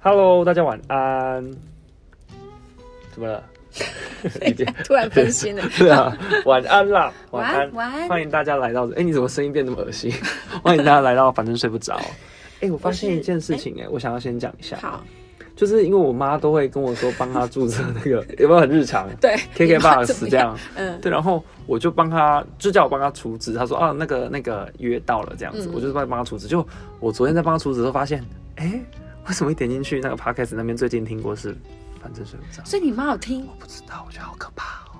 Hello，大家晚安。怎么 了？你这。突然分心了是啊， 晚安啦，晚晚安安，，晚安。欢迎大家来到。哎、你怎么声音变那么恶心？ 欢迎大家来到，反正睡不着。哎、我发现我是一件事情、哎、我想要先讲一下，好，就是因为我妈都会跟我说帮她注册那个， 有没有很日常对 ？KKBox 这样，嗯，对，然后我就帮他，就叫我帮他处置。他说啊，那个那个约到了这样子，嗯我就是帮帮他处置。就我昨天在帮他处置的时候发现，哎、为什么一点进去那个 podcast 那边最近听过是反正睡不着？所以你妈有听，不知道，我觉得好可怕哦。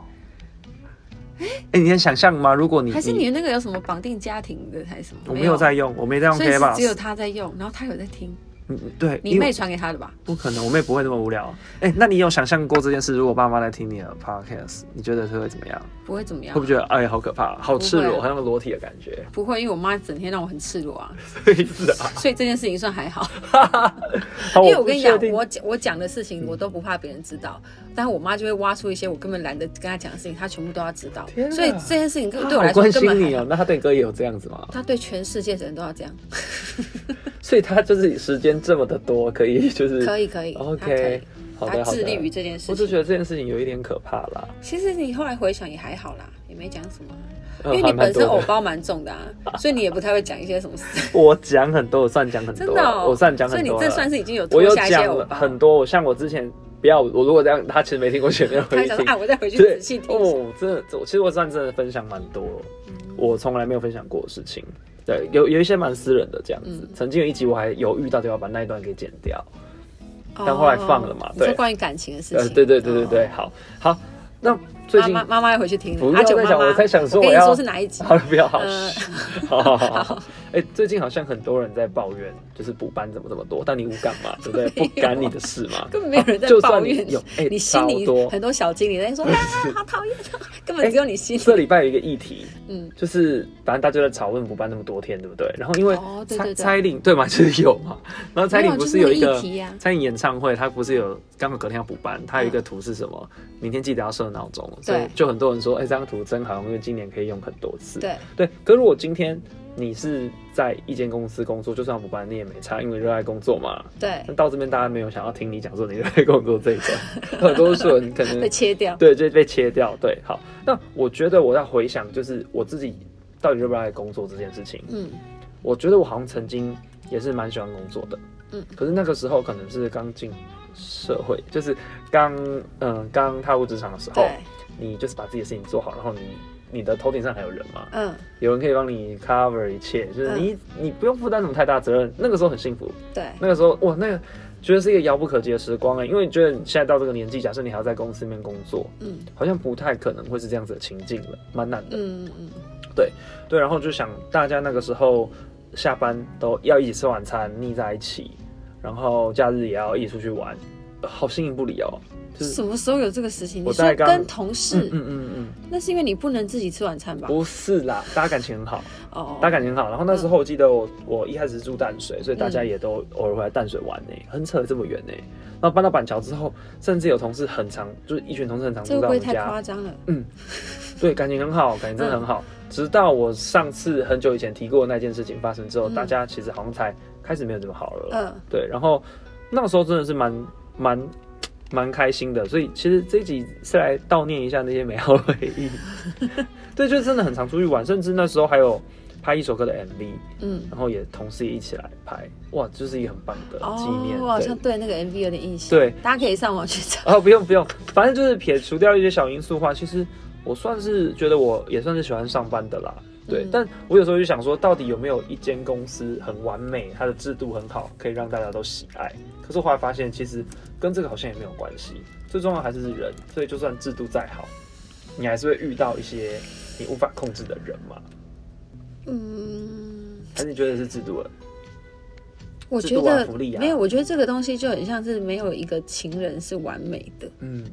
哎、你能想象吗？如果你还是你那个有什么绑定家庭的还是什么？嗯我没有在，用，我没在用所以是只有 KKBox，她在用，然后她有在听。嗯对，你因妹为传给她的吧？不可能，我妹不会那么无聊。哎、那你有想象过这件事？如果爸妈来听你的 podcast，你觉得是会怎么样？不会怎么样会不会，觉得哎，好可怕，好赤不会啊裸，好像裸体的感觉？ 不会，因为我妈整天让我很赤裸啊，对是啊。所以这件事情算还好。 因因为我跟你讲，啊我讲我讲的事情我都不怕别人知道，但我妈就会挖出一些我根本懒得跟她讲的事情，她全部都要知道天。啊所以这件事情根对好我来说关根心本你哦、还好。那他对哥也有这样子吗？她对全世界的人都要这样， 所以他就是时间这么的多，可 以就是可以可以她可以 OK，好她的好致力于的。这件事我只情觉。得这件事情有一点可怕啦，其实你后来回想也还好啦，也没讲什么嗯啊，因为还你蛮本身多偶的包蛮重的啊，所以你也不太会讲一些什么事， 我讲很多，我算讲很真多，的哦。我算讲很所以多你了，这算是已经有我脱有下一些讲偶了包。很多，我像我之前不要，我如果这样，他其实没听过前面他回还去想听说，啊，我再回去对仔细听。嗯哦，真的，这我其实我算真的分享蛮多，我从来没有分享过的事情。对，有有一些蛮私人的这样嗯子。曾经有一集我还犹豫到底要把那一段给剪掉。哦但后来放了嘛你说对关于感情的事呃，情。对对对对对，哦。好好。那最近妈妈妈妈要回去听不了，要阿九再妈想妈，我在想说跟我你要说是哪一集？ 好了，不要好，呃 好好好好。哎、最近好像很多人在抱怨，就是补班怎么这么多，但你无感嘛，对不对？ 没有不干你的事嘛。啊根本 没有人在就算抱你怨，有哎你心里超多哎很多小精灵在 说啊，好讨厌 啊，根本只有你心里。这礼拜有一个议题，嗯，就是反正大家都在吵，为什么补班那么多天，对不对？然后因为哦对蔡对对蔡依林对嘛， 就是有嘛。然后蔡依林不是有一没有个就是那个议题啊蔡依林演唱会，她不是有刚好隔天要补班，她有一个嗯图是什么？明天记得要设闹钟。所以对就很多人说，哎，这张图真好用，因为今年可以用很多次。对，对，可如果今天你是在一间公司工作，就算补班你也没差，因为热爱工作嘛。对那，到这边大家没有想要听你讲说你热爱工作这一 段，很多数人可能被切掉。嗯对，就被切掉。对，好，那我觉得我要回想，就是我自己到底热不热爱工作这件事情。嗯，我觉得我好像曾经也是蛮喜欢工作的，嗯，可是那个时候可能是刚进社会，就是刚嗯刚踏入职场的时候对，，你就是把自己的事情做好，然后你你的头顶上还有人嘛，嗯，有人可以帮你 cover 一切，就是你、你不用负担什么太大责任。那个时候很幸福，对，那个时候哇，那个觉得是一个遥不可及的时光哎、因为你觉得你现在到这个年纪，假设你还要在公司里面工作，嗯好像不太可能会是这样子的情境了，蛮难的。嗯嗯，对，然后就想大家那个时候下班都要一起吃晚餐，腻在一起，然后假日也要一起出去玩，呃好形影不离哦。就是什么时候有这个事情？我你大概说刚跟同事嗯，嗯嗯嗯，那是因为你不能自己吃晚餐吧？不是啦，大家感情很好，哦，大家感情很好。然后那时候我记得我我一开始住淡嗯水，所以大家也都偶尔回来淡水玩呢、很扯这么远呢、然后搬到板桥之后，甚至有同事很常，就是一群同事很常这住在会不我会们太家，夸张了？对，感情很好，感情真的很嗯好。直到我上次很久以前提过的那件事情发生之后，嗯大家其实好像才开始没有这么好了。嗯，对，然后那个时候真的是蛮蛮蛮开心的，所以其实这一集是来悼念一下那些美好的回 忆。对，就真的很常出去玩，甚至那时候还有拍一首歌的 MV，嗯，然后也同事也一起来拍，哇，就是一个很棒的纪念。哦，我好呃对像对那个 MV 有点印象。对，大家可以上网去 找。啊，不用不用，反正就是撇除掉一些小因素的话，其实我算是觉得我也算是喜欢上班的啦。对，嗯但我有时候就想说，到底有没有一间公司很完美，它的制度很好，可以让大家都喜爱？可是我后来发现，其实跟这个好像也没有关系，最重要还是人。所以就算制度再好，你还是会遇到一些你无法控制的人嘛？嗯。还是你觉得是制度了？我制觉度啊得福利啊没有，我觉得这个东西就很像是没有一个情人是完美的，嗯，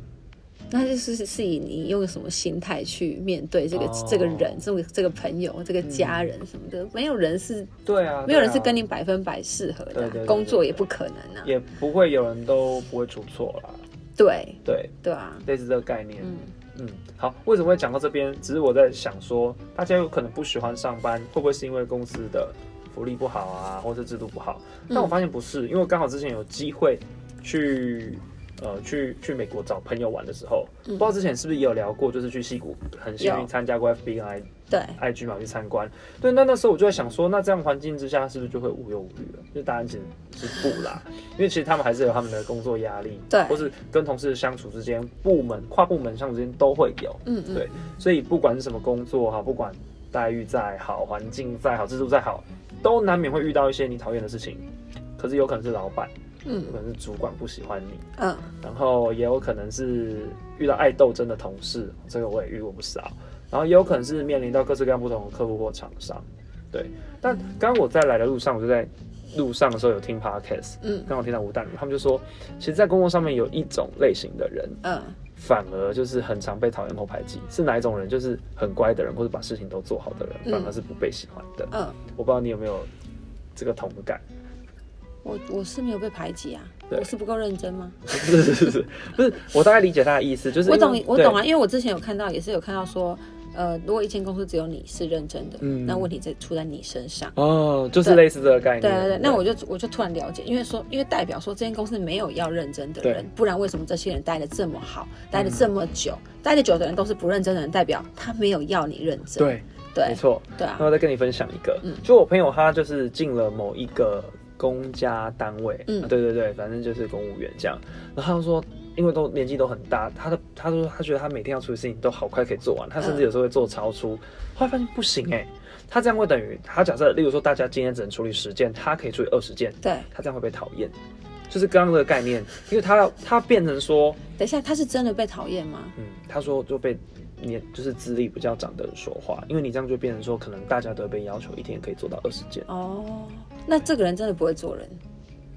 那就是是以你用什么心态去面对这个、哦嗯这个人、这个这个朋友、这个家人什么的，没有人是对啊，没有人对啊是跟你百分百适合的对啊、对对对工作也不可能啊，也不会有人都不会出错啦。对对，对啊，类似这个概念。嗯，嗯，好，为什么会讲到这边？只是我在想说，大家有可能不喜欢上班，会不会是因为公司的福利不好啊，或者制度不好？但我发现不是，因为刚好之前有机会去呃去去美国找朋友玩的时候，不知道之前是不是也有聊过，就是去西谷很幸有运参加过 FB 跟 I 对， IG 嘛去参观。对，那那时候我就在想说，那这样环境之下是不是就会无忧无虑了？就答案其实是不啦，因为其实他们还是有他们的工作压力，对或是跟同事相处之间、部门跨部门相处之间都会有。嗯嗯，对所以不管是什么工作哈，不管待遇再好、环境再好、制度再好，都难免会遇到一些你讨厌的事情。可是有可能是老板，嗯有可能是主管不喜欢你，嗯，然后也有可能是遇到爱斗争的同事，这个我也遇过不少。然后也有可能是面临到各式各样不同的客户或厂商，对。但刚刚我在来的路上，我就在路上的时候有听 podcast，嗯刚好听到吴淡如，他们就说，其实，在工作上面有一种类型的人，嗯反而就是很常被讨厌或排挤，是哪一种人？就是很乖的人，或者把事情都做好的人，嗯反而是不被喜欢的。嗯，我不知道你有没有这个同感？ 我我是没有被排挤啊，对我是不够认真吗？不是不是不是不是，我大概理解他的意思，就是我因为懂我懂，啊，对因为我之前有看到，也是有看到说，呃，如果一间公司只有你是认真的，嗯那问题在出在你身上。哦，就是类似这个概念。对对对，那我就我就突然了解，因为说，因为代表说这间公司没有要认真的人对，嗯不然为什么这些人待的这么好，待的这么久，待的久的人都是不认真的人，代表他没有要你认真。对，没对错。呃对那啊，我再跟你分享一个嗯，就我朋友他就是进了某一个公家单位，嗯嗯，对对对，反正就是公务员这样。然后他就说，因为都年纪都很大，他的他说他觉得他每天要处理事情都好快可以做完，他甚嗯至有时候会做超出。后来发现不行哎、他这样会等于他假设，例如说大家今天只能处理十件，他可以处理二十件，对，他这样会被讨厌。就是刚刚的概念，因为他他变成说，等一下，他是真的被讨厌吗？嗯，他说就被年就是资历比较长的人说话，因为你这样就变成说，可能大家都被要求一天可以做到二十件，哦，那这个人真的不会做人。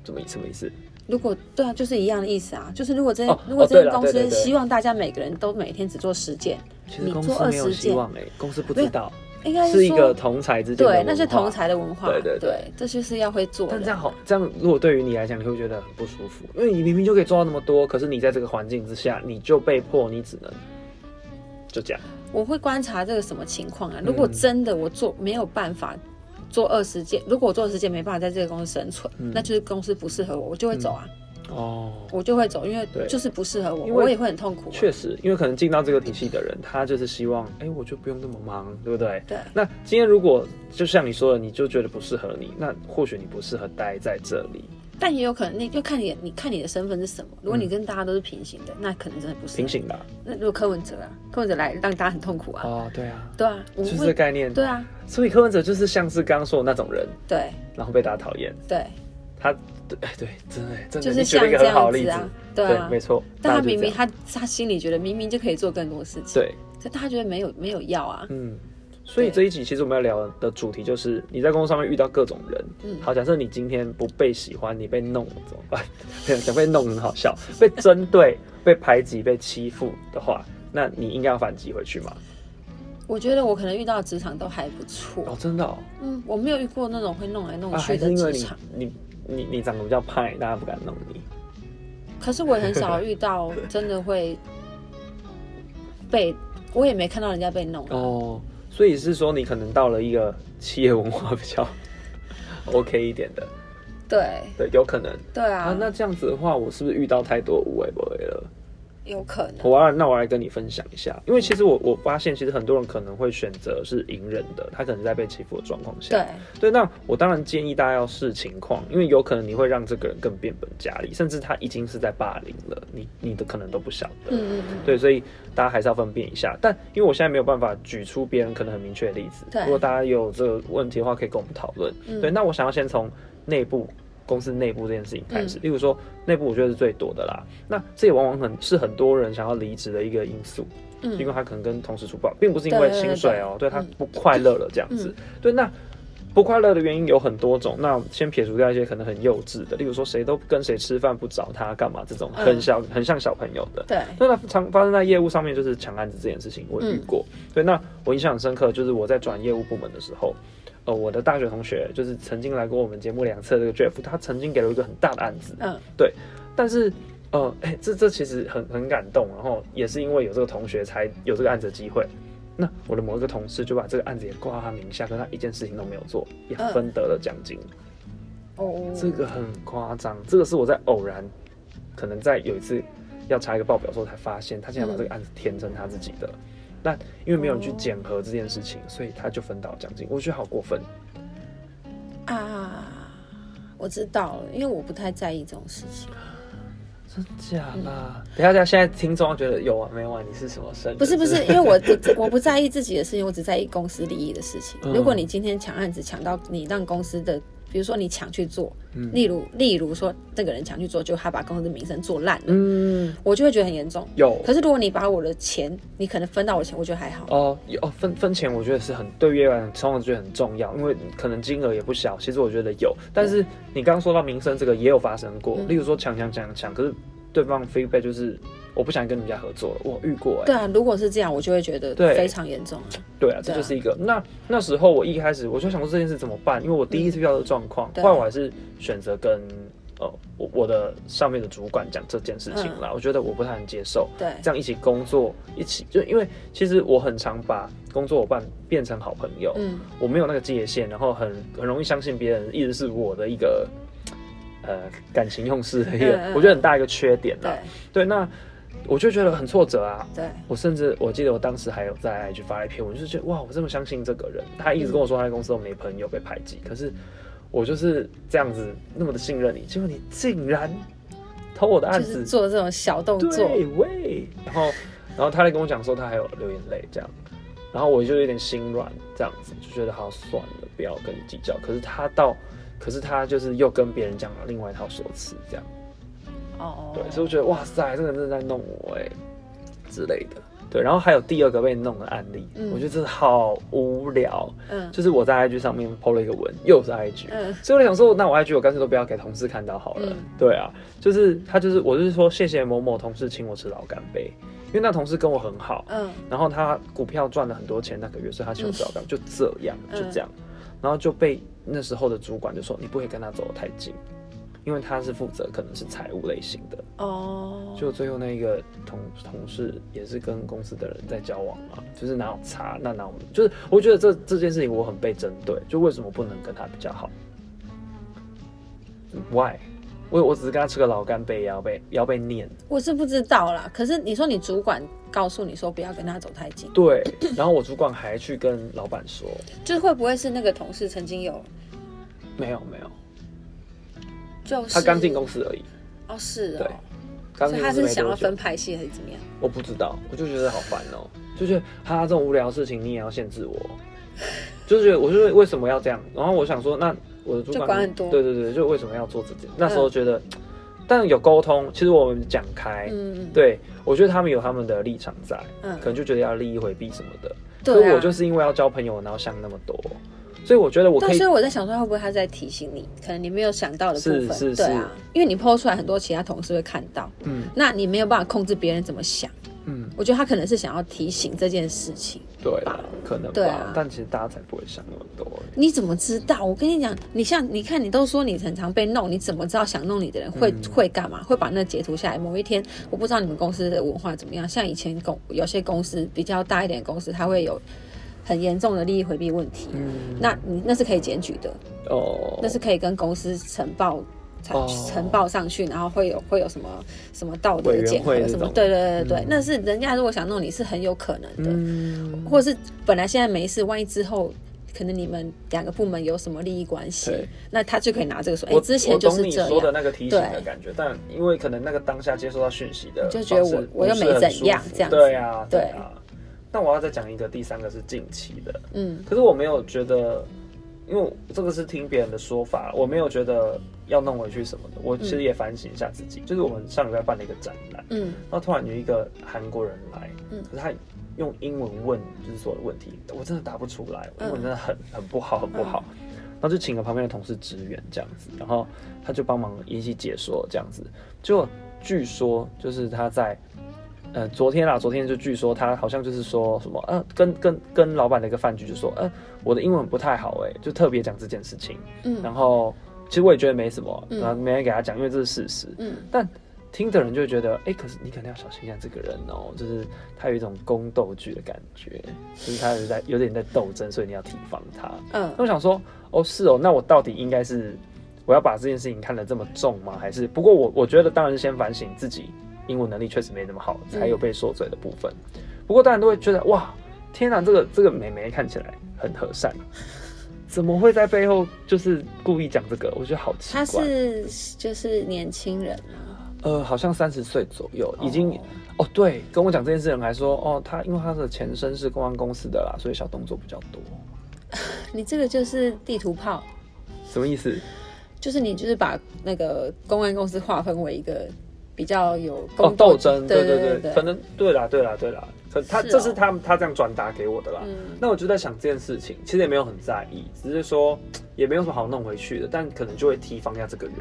怎么什么意思？如果对啊，就是一样的意思啊，就是如果这、哦如果哦这对间啦公对司对对希望大家每个人都每天只做十件，其你实公做司没有20希件望哎、公司不没知有道，应该是一说个同才之间的对，那文是化同。才的文化，对对对这就是要会做人。但这样好，这样如果对于你来讲，你会觉得很不舒服，因为你明明就可以做到那么多，可是你在这个环境之下，你就被迫你只能就这样。我会观察这个什么情况嗯啊？如果真的我做没有办法做二十件，如果我做二十件没办法在这个公司生存，嗯那就是公司不适合我，我就会走啊，哦，我就会走，因为对就是不适合我，因为我也会很痛苦、啊。确实，因为可能进到这个体系的人，他就是希望，哎、我就不用那么忙，对不对？对那今天如果就像你说的，你就觉得不适合你，那或许你不适合待在这里。但也有可能，那就看你你看你的身份是什么。如果你跟大家都是平行的，那可能真的不是嗯平。行吧？那如果柯文哲啊，柯文哲来让大家很痛苦啊，哦，对啊，对啊，我就是这会个概念。对啊，所以柯文哲就是像是刚刚说的那种人，对然后被大家讨厌。对，他对哎对，真的真的，就你是举像了一个这很好样的例子子，啊，对啊。没错。但大他家就明这明样他他心里觉得明明就可以做更多事情，对，但他觉得没有没有要啊，嗯，所以对这一集其实我们要聊的主题就是你在工作上面遇到各种人。嗯好，假设你今天不被喜欢，你被弄怎么办？ 没有讲被弄很好笑，被针对、被排挤、被欺负的话，那你应该要反击回去嘛？我觉得我可能遇到的职场都还不错，哦，真的哦，嗯，我没有遇过那种会弄来弄啊，去还的是因为职你场，你你你长得比较派，大家不敢弄你。可是我也很少遇 到真的会被，我也没看到人家被弄啊。哦，所以是说你可能到了一个企业文化比较 OK 一点的，对对，有可能。对啊，啊，那这样子的话，我是不是遇到太多无为不为了？有可能，我要那我来跟你分享一下，因为其实我我发现，其实很多人可能会选择是隐忍的，他可能在被欺负的状况下，对对，那我当然建议大家要视情况，因为有可能你会让这个人更变本加厉，甚至他已经是在霸凌了，你你的可能都不晓得。嗯嗯嗯，对，所以大家还是要分辨一下。但因为我现在没有办法举出别人可能很明确的例子，对如果大家有这个问题的话，可以跟我们讨论。嗯对，那我想要先从内部。公司内部这件事情嗯开始，例如说内部，我觉得是最多的啦。那这也往往很是很多人想要离职的一个因素，嗯因为他可能跟同事处不好，并不是因对为对对薪水哦、对嗯对他不快乐了这样子。对，那不快乐的原因有很多种，那先撇除掉一些可能很幼稚的，例如说谁都跟谁吃饭不找他干嘛这种嗯很小、很像小朋友的。对，那它常发生在业务上面，就是抢案子这件事情，我嗯也遇过。对，那我印象很深刻，就是我在转业务部门的时候，呃，我的大学同学就是曾经来过我们节目两次的这个 Jeff，他曾经给了我一个很大的案子，嗯但是呃，哎、这这其实很很感动，然后也是因为有这个同学才有这个案子的机会。那我的某一个同事就把这个案子也挂到他名下，可他一件事情都没有做，也嗯分得了奖金。哦，这个很夸张，这个是我在偶然可能在有一次要查一个报表的时候才发现，他竟然把这个案子填成他自己的。那因为没有人去检核这件事情，所以他就分到奖金，我觉得好过分。啊，我知道了，因为我不太在意这种事情。真假啦？等一下，等一下，现在听众觉得有完没完？你是什么身？不是不是，因为我只我不 在意自己的事情，我只在意公司利益的事情。嗯如果你今天抢案子抢到你让公司的，比如说你抢去做，嗯例如例如说那个人抢去做，就他把公司的名声做烂了，嗯，我就会觉得很严重。有可是如果你把我的钱，你可能分到我的钱，我觉得还好。哦，有哦，分分钱，我觉得是很对月晚冲我觉得很重要，因为可能金额也不小。其实我觉得有，但是你刚刚说到民生这个也有发生过，嗯例如说抢抢抢抢，可是对方 feedback 就是我不想跟你们家合作了，我遇过哎、对啊，如果是这样，我就会觉得对非常严重啊。对啊，这对啊就是一个。那那时候我一开始我就想说这件事怎么办，因为我第一次遇到的状况，嗯对后来我还是选择跟呃我我的上面的主管讲这件事情啦，嗯我觉得我不太能接受。对，这样一起工作，一起就因为其实我很常把工作伙伴变成好朋友，嗯，我没有那个界限，然后很很容易相信别人，一直是我的一个呃感情用事的一个，嗯嗯嗯我觉得很大一个缺点啦对，对。那我就觉得很挫折啊。对，我甚至我记得我当时还有在 IG 发了一篇文，我就觉得哇，我这么相信这个人，他一直跟我说他在公司都没朋友，被排挤，可是我就是这样子那么的信任你，结果你竟然偷我的案就子是，做这种小动作，对喂，然后然后他来跟我讲说他还有流眼泪这样，然后我就有点心软这样子，就觉得好算了，不要跟你计较。可是他到，可是他就是又跟别人讲了另外一套说辞这样，哦，对，所以我觉得哇塞，这个人真的在弄我哎、之类的。对，然后还有第二个被弄的案例，嗯我觉得真的好无聊。嗯就是我在 IG 上面 PO 了一个文，又是 IG，、嗯所以我想说，那我 IG 我干脆都不要给同事看到好了。嗯对啊，就是他就是我就是说谢谢某某同事请我吃老干杯，因为那同事跟我很好，嗯然后他股票赚了很多钱那个月，所以他请我吃老干杯，就这样嗯就这样，然后就被那时候的主管就说你不可以跟他走得太近，因为他是负责可能是财务类型的，哦，就最后那一个同同事也是跟公司的人在交往嘛，就是哪有差，那哪有就是我觉得这这件事情我很被针对，就为什么不能跟他比较好？Why？我我只是跟他吃个老干杯，也要被也要被念。我是不知道啦。可是你说你主管告诉你说不要跟他走太近，对，然后我主管还去跟老板说，就是会不会是那个同事曾经有没有没有，就是他刚进公司而已，哦是哦对，刚所进公以他司是没想多要久分，派系还是怎么样？我不知道，我就觉得好烦哦、就觉得他这种无聊的事情你也要限制我，就是觉得我就是为什么要这样？然后我想说，那我的主就管管很多嗯对对对，就为什么要做这件？那时候觉得，但有沟通，其实我们讲开，嗯，嗯对我觉得他们有他们的立场在，嗯可能就觉得要利益回避什么的。对啊可是我就是因为要交朋友，然后想那么多，所以我觉得我可对，以所以我在想说，会不会他在提醒你，可能你没有想到的部分，是是对啊，因为你抛出来，很多其他同事会看到，嗯那你没有办法控制别人怎么想。嗯，我觉得他可能是想要提醒这件事情。对啦，可能吧，对啊但其实大家才不会想那么多。你怎么知道？我跟你讲，你像你看，你都说你很常被弄，你怎么知道想弄你的人会、嗯会干嘛？会把那截图下来。某一天，我不知道你们公司的文化怎么样。像以前公有些公司比较大一点的公司，它会有很严重的利益回避问题。嗯，那你那是可以检举的，哦，那是可以跟公司呈报。呈哦呈报上去，然后会有会有什么什么道德委员检核会这什么种，对对对对，嗯那是人家如果想弄你是很有可能的，嗯，或是本来现在没事，万一之后可能你们两个部门有什么利益关系对，那他就可以拿这个说，哎、我之前就我是懂你这说的样，那个提醒的感觉，但因为可能那个当下接收到讯息的方你式就不是觉得很我舒服，我又没怎样这样子对啊，对对啊。那我要再讲一个，第三个是近期的，嗯可是我没有觉得，因为我这个是听别人的说法，我没有觉得要弄回去什么的。我其实也反省一下自己，就是我们上礼拜办了一个展览，嗯然后突然有一个韩国人来，嗯可是他用英文问就是所有的问题，我真的答不出来，嗯我英文真的很很不好，很不好。然后就请了旁边的同事支援这样子，然后他就帮忙一起解说这样子。结果据说就是他在。呃，昨天啦，昨天就据说他好像就是说什么，呃，跟跟跟老板的一个饭局就说，呃，我的英文不太好、欸，就特别讲这件事情。然嗯后其实我也觉得没什么，嗯然后没人给他讲，因为这是事实。嗯，但听的人就会觉得，哎、可是你可能要小心一下这个人哦，就是他有一种宫斗剧的感觉，就是他有在有点在斗争，所以你要提防他。嗯那我想说，哦，是哦，那我到底应该是我要把这件事情看得这么重吗？还是不过我我觉得当然是先反省自己英文能力确实没那么好，才有被说嘴的部分。不过当然都会觉得哇，天哪，这个这个美眉看起来很和善，怎么会在背后就是故意讲这个？我觉得好奇怪。他是就是年轻人吗？呃，好像三十岁左右，已经哦对，跟我讲这件事的人还说哦，他因为他的前身是公安公司的啦，所以小动作比较多。你这个就是地图炮，什么意思？就是你就是把那个公安公司划分为一个比较有哦工，作斗争，对对对对对可能对啦，对啦，对啦，可他是这哦是他他这样转达给我的啦。嗯那我就在想这件事情，其实也没有很在意，只是说也没有什么好弄回去的，但可能就会提防一下这个人，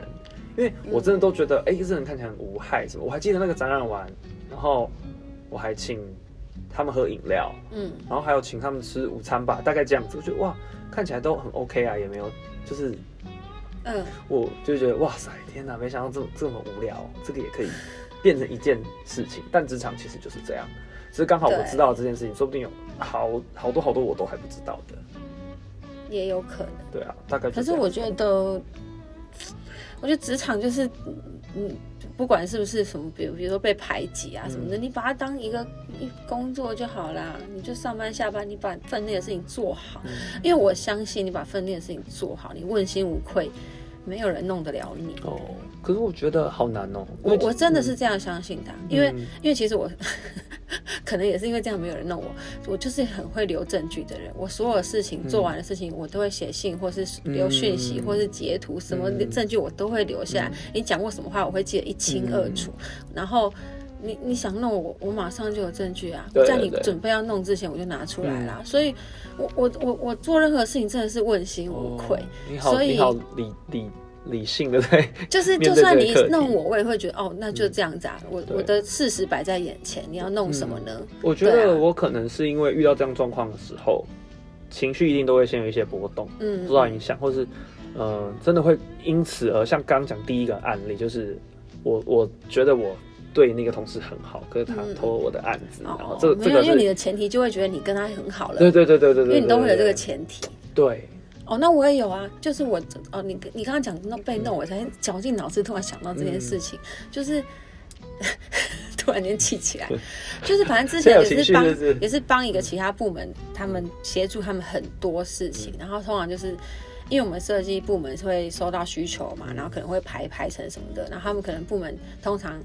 因为我真的都觉嗯得，哎、这人看起来很无害什么。我还记得那个展览完，然后我还请他们喝饮料，嗯，然后还有请他们吃午餐吧，大概这样子。我觉得哇，看起来都很 OK 啊，也没有，就是嗯，我就觉得哇塞，天哪，没想到这这么无聊，这个也可以变成一件事情。但职场其实就是这样，只是刚好我对知道这件事情，说不定有好好多好多我都还不知道的。也有可能。对啊，大概就可是这样我觉得，我觉得职场就是，嗯，不管是不是什么，比如比如说被排挤啊什么的，嗯你把它当一个一工作就好啦，你就上班下班，你把分内的事情做好，嗯因为我相信你把分内的事情做好，你问心无愧，没有人弄得了你。哦，可是我觉得好难哦，我因为我真的是这样相信的啊，因为嗯因为其实我 可能也是因为这样没有人弄我，我就是很会留证据的人。我所有事情做完的事情，我都会写信，或是留讯息，嗯或是截图，什么嗯证据我都会留下来。你讲过什么话，我会记得一清二楚。嗯然后你你想弄我，我马上就有证据啊！对在对你嗯对准备要弄之前，我就拿出来啦。所以我，我我我做任何事情真的是问心无愧。哦你好，所以你好理理理性的在 就是面就对算这个你课题嗯弄我，我也会觉得哦，那就这样子啊。我对我的事实摆在眼前，你要弄什么呢？我觉对啊得我可能是因为遇到这样状况的时候，情绪一定都会先有一些波动，嗯，受到影响，或是呃，真的会因此而像刚刚讲第一个案例，就是我我觉得我对那个同事很好，可是他嗯嗯偷了我的案子，哦然后这个没这有，个因为你是。的前提就会觉得你跟他很好了，对对对对对对，因为你都会有这个情。前提。对，哦，那我也有啊，就是我哦，你你刚刚讲那被弄，我才绞尽脑汁，突然想到这件事情，嗯就是 突然间气起 来，就是反正之现前在有也情是绪帮是不是嗯也是帮一个其他部门，他们协助他们很多事情，然后通常就是。因为我们设计部门是会收到需求嘛，嗯然后可能会排排成什么的，然后他们可能部门通常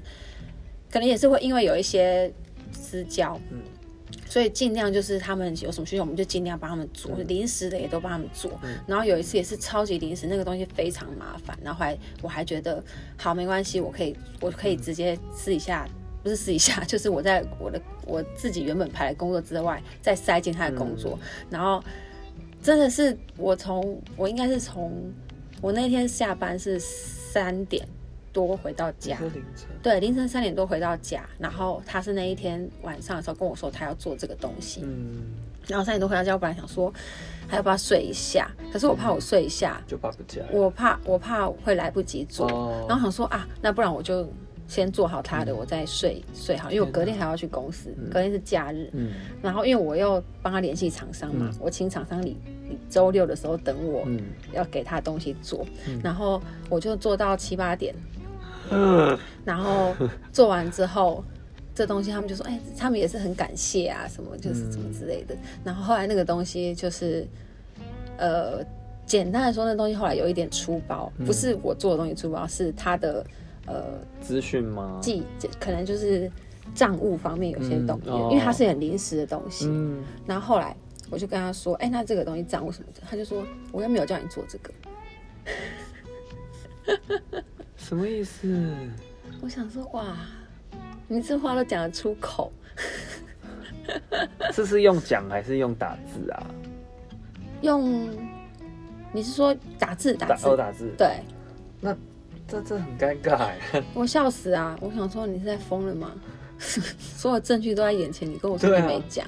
可能也是会因为有一些私交，嗯，嗯所以尽量就是他们有什么需求，我们就尽量帮他们做，临时的也都帮他们做。然后有一次也是超级临时，那个东西非常麻烦，然后后来我还觉得好没关系，我可以我可以直接试一下。不是试一下，就是我在我的我自己原本排的工作之外，再塞进他的工作，然后真的是我从我应该是从我那天下班是三点多回到家，凌晨对，凌晨三点多回到家，然后他是那一天晚上的时候跟我说他要做这个东西，嗯，然后三点多回到家，我本来想说还要不要睡一下，可是我怕我睡一下，就爸不见了。我怕我怕会来不及做，哦嗯然后想说啊，那不然我就先做好他的，我再睡睡好，因为我隔天还要去公司，隔天是假日，嗯然后因为我又帮他联系厂商嘛，我请厂商礼礼周六的时候等我，嗯要给他东西做，然后我就做到七八点，然后做完之后，这东西他们就说，哎，他们也是很感谢啊，什么就是嗯什么之类的。然后后来那个东西就是，呃，简单的说，那东西后来有一点出包，嗯不是我做的东西出包，是他的呃资讯吗？记，可能就是账务方面有些东西，嗯哦因为它是很临时的东西。嗯，然后后来我就跟他说，哎、那这个东西账务什么的，他就说我又没有叫你做这个。什么意思？我想说，哇，你这话都讲得出口，这是用讲还是用打字啊？用你是说打字打打字？哦打字，对，这这很尴尬欸。 我笑死 啊！我想说你是在疯了吗？所有证据都在眼前，你跟我说对你啊没讲，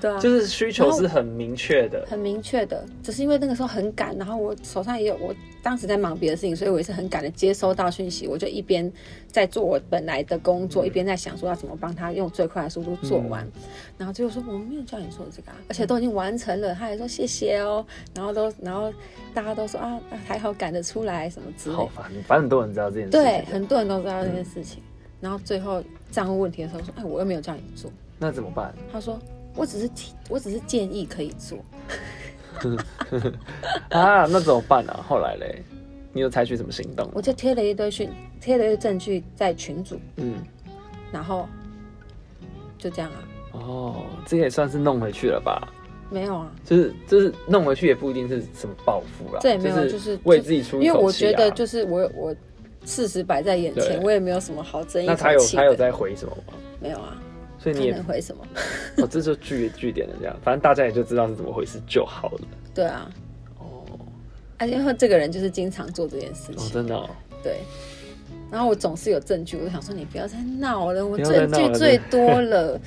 对啊，就是需求是很明确的。很明确的，只是因为那个时候很赶，然后我手上也有，我当时在忙别的事情，所以我也是很赶的接收到讯息，我就一边在做我本来的工作，一边在想说要怎么帮他用最快的速度做完，然后最后说我没有叫你做这个、啊，而且都已经完成了，他还说谢谢哦，然后都然后大家都说啊啊还好赶得出来什么之类好的，烦，反正很多人知道这件事。对，，很多人都知道这件事情，然后最后账务问题的时候说，哎，我又没有叫你做，那怎么办？他说我只是提我只是建议可以做，啊，那怎么办啊？后来嘞，你有采取什么行动？我就贴了一堆讯，贴了一堆证据在群组，嗯，然后就这样啊，哦，这也算是弄回去了吧？没有啊，就是就是弄回去也不一定是什么报复啦，这也没有就就是为自己出一口气、啊、因为我觉得就是我我事实摆在眼前，对我也没有什么好争一那他口有气他有的，在回什么吗？没有啊，所以他你也能回什么？ 哦，这就据据点的这样，反正大家也就知道是怎么回事就好了。对啊，哦，而且这个人就是经常做这件事哦，情，真的、哦，对。然后我总是有证据，我想说你不要再闹了，我不要再证闹了据最多了。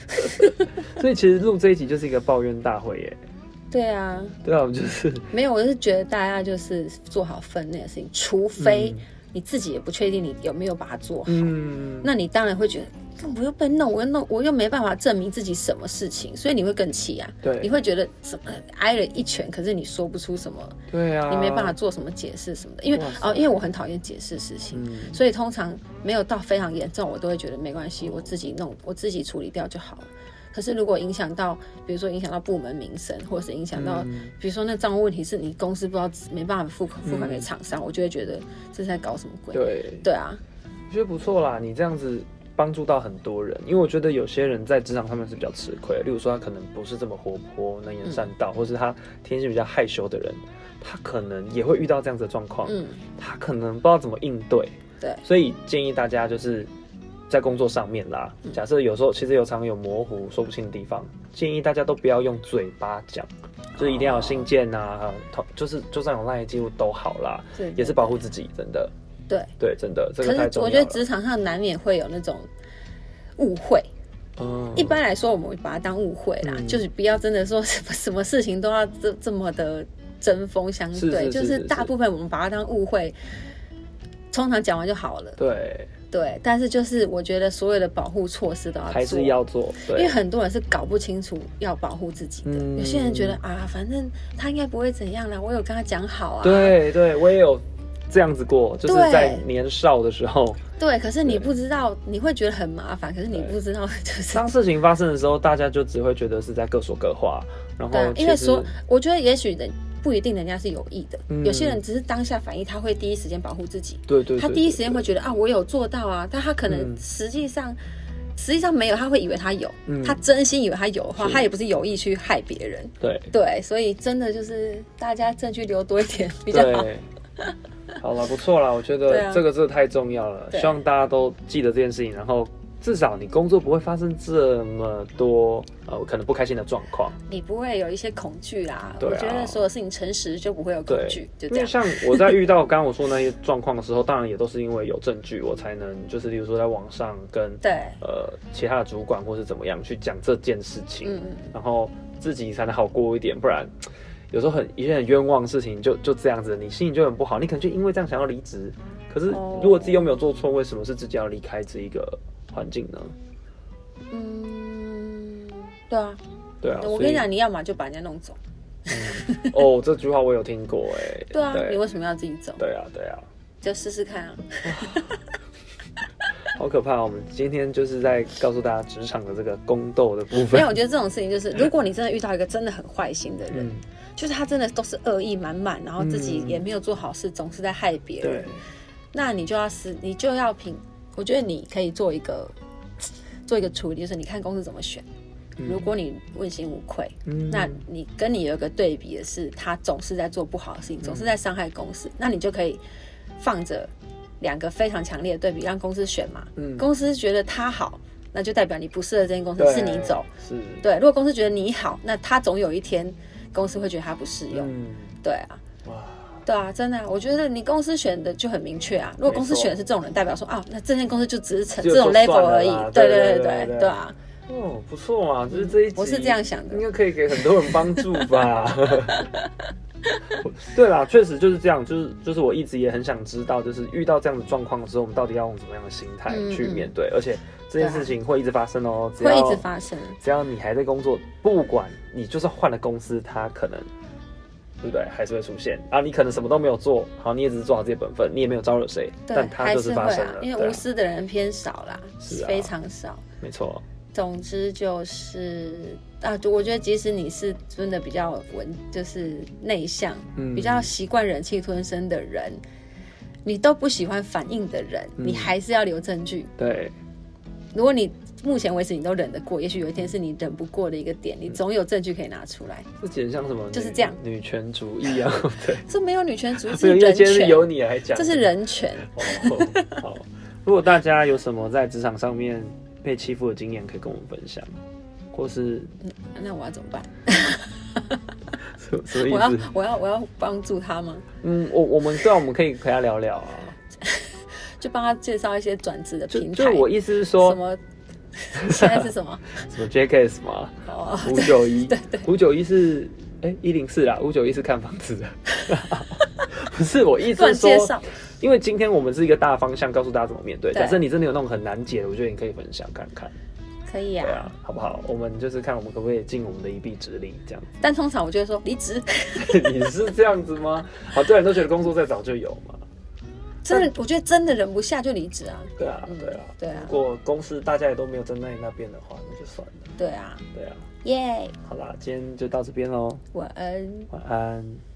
所以其实录这一集就是一个抱怨大会耶。 对啊，对啊，我们 就是没有，我是觉得大家就是做好分内的事情，除非你自己也不确定你有没有把它做好。嗯，那你当然会觉得，干我又被弄，我又弄，我又没办法证明自己什么事情，所以你会更气啊。对你会觉得什么挨了一拳，可是你说不出什么，对啊，你没办法，做什么解释什么的，因为哇塞哦，因为我很讨厌解释事情，嗯，所以通常没有到非常严重，我都会觉得没关系，我自己弄，我自己处理掉就好了。可是如果影响到，比如说影响到部门名声，或者是影响到，嗯比如说那账务问题是你公司不知道没办法付款付款给嗯厂商，我就会觉得这是在搞什么鬼？对，对啊，我觉得不错啦，你这样子帮助到很多人，因为我觉得有些人在职场上面是比较吃亏的，例如说他可能不是这么活泼、能言善嗯道，或是他天性比较害羞的人，他可能也会遇到这样子的状况，嗯，他可能不知道怎么应对，对所以建议大家就是。在工作上面啦，嗯假设有时候其实有常有模糊说不清的地方，建议大家都不要用嘴巴讲，就是一定要有哦信件啊，同就是就算有赖记录都好啦，对也是保护自己，真的，对。对，真的，这可个太是重要了。我觉得职场上难免会有那种误会。嗯一般来说，我们会把它当误会啦，嗯就是不要真的说什么什么事情都要这这么的针锋相对，是是是就是是是大部分我们把它当误会，通常讲完就好了。对，对，但是就是我觉得所有的保护措施都要做，还是要做，对，因为很多人是搞不清楚要保护自己的。嗯有些人觉得啊，反正他应该不会怎样啦，我有跟他讲好啊。对对，我也有这样子过，就是对在年少的时候， 对，可是你对不知道，你会觉得很麻烦，可是你对不知道就是当事情发生的时候，大家就只会觉得是在各说各话，然对啊后，其因为实说，我觉得也许人不一定人家是有意的，嗯有些人只是当下反应，他会第一时间保护自己，对对，对他第一对时间会觉得啊，我有做到啊，但他可能嗯实际上、实际上没有，他会以为他有，嗯他真心以为他有的话，是他也不是有意去害别人。对对，所以真的就是大家证据留多一点比较好。对。好了，不错了，我觉对得啊这个真的太重要了，对希望大家都记得这件事情，然后至少你工作不会发生这么多呃可能不开心的状况。你不会有一些恐惧啦。对啊我觉得所有事情诚实就不会有恐惧，就因这为样。像我在遇到刚刚我说的那些状况的时候，当然也都是因为有证据，我才能就是例如说在网上跟 对，呃其他的主管或是怎么样去讲这件事情，嗯嗯，然后自己才能好过一点，不然有时候很一些很冤枉的事情就就这样子，你心里就很不好，你可能就因为这样想要离职，可是哦如果自己又没有做错，为什么是自己要离开这一个环境呢？嗯，对啊。对啊，我所跟以你讲，你要么就把人家弄走。哦，这句话我有听过哎、 对啊，你对为什么要自己走？对啊，对啊。就试试看啊。好可怕！我们今天就是在告诉大家职场的这个宫斗的部没分有，。我觉得这种事情就是，如果你真的遇到一个真的很坏心的人，嗯，就是他真的都是恶意满满，然后自己嗯也没有做好事，总是在害别对人，，那你就要思，你就要评。我觉得你可以做一个做一个处理，就是你看公司怎么选。嗯如果你问心无愧，嗯那你跟你有一个对比的是，他总是在做不好的事嗯情，总是在伤害公司，那你就可以放着两个非常强烈的对比，让公司选嘛。嗯公司觉得他好，那就代表你不适合这间公司，对是你走。是对，如果公司觉得你好，那他总有一天公司会觉得他不适用。嗯对啊，哇，对啊，真的啊、我觉得你公司选的就很明确啊。如果公司没错选的是这种人，代表说啊，那这间公司就只是成就这种就算 level 了而已啦。对对对对对对对对啊，哦，不错嘛，就是这一集，我是这样想的应该可以给很多人帮助吧。 对啦，确实就是这样，就是就是我一直也很想知道，就是遇到这样的状况的时候，我们到底要用怎么样的心态嗯去嗯面对，而且这件对啊事情会一直发生哦，只会一要直发生。只要你还在工作，不管你就算换了公司，它可能对不对，还是会出现啊。你可能什么都没有做，好，你也只是做好自己的本分，你也没有招惹谁，对但，它还就是会发生啊了，，因对为啊无私的人偏少啦，是啊非常少。没错，总之就是啊，就我觉得即使你是真的比较文，就是内向，嗯比较习惯忍气吞声的人，你都不喜欢反应的人，嗯你还是要留证据。对，如果你目前为止你都忍得过，也许有一天是你忍不过的一个点，嗯你总有证据可以拿出来。这简直像什么女就是这样女权主义啊，对，这没有女权主义，所这以是因为人啊今天是权，由你来讲，这是人权。哦。好，如果大家有什么在职场上面被欺负的经验，可以跟我们分享，或是那我要怎么办？什么什么我要意思？我要我要帮助他吗？嗯，我我们对啊，我们可以陪他聊聊啊。就帮他介绍一些转职的就平台。就我意思是说什，么？ 现在是什 么？什么 JKS 嘛，哦，五九一 对对，五九一是哎一零四啦，五九一是看房子的。 不是我意思乱是介说，绍。因为今天我们是一个大方向，告诉大家怎么面对。对假设你真的有那种很难解的，我觉得你可以分享看看，可以啊对，啊，好不好？我们就是看我们可不可以尽我们的一臂之力，这样。 但通常我就会说离职，你是这样子吗？好，对，人啊都觉得工作再早就有嘛。真的，我觉得真的忍不下就离职啊，对啊，嗯对啊。对啊如，果公司大家也都没有站在你那边的话，那就算了。对啊，对啊，耶，好啦，今天就到这边喽，晚安。晚安。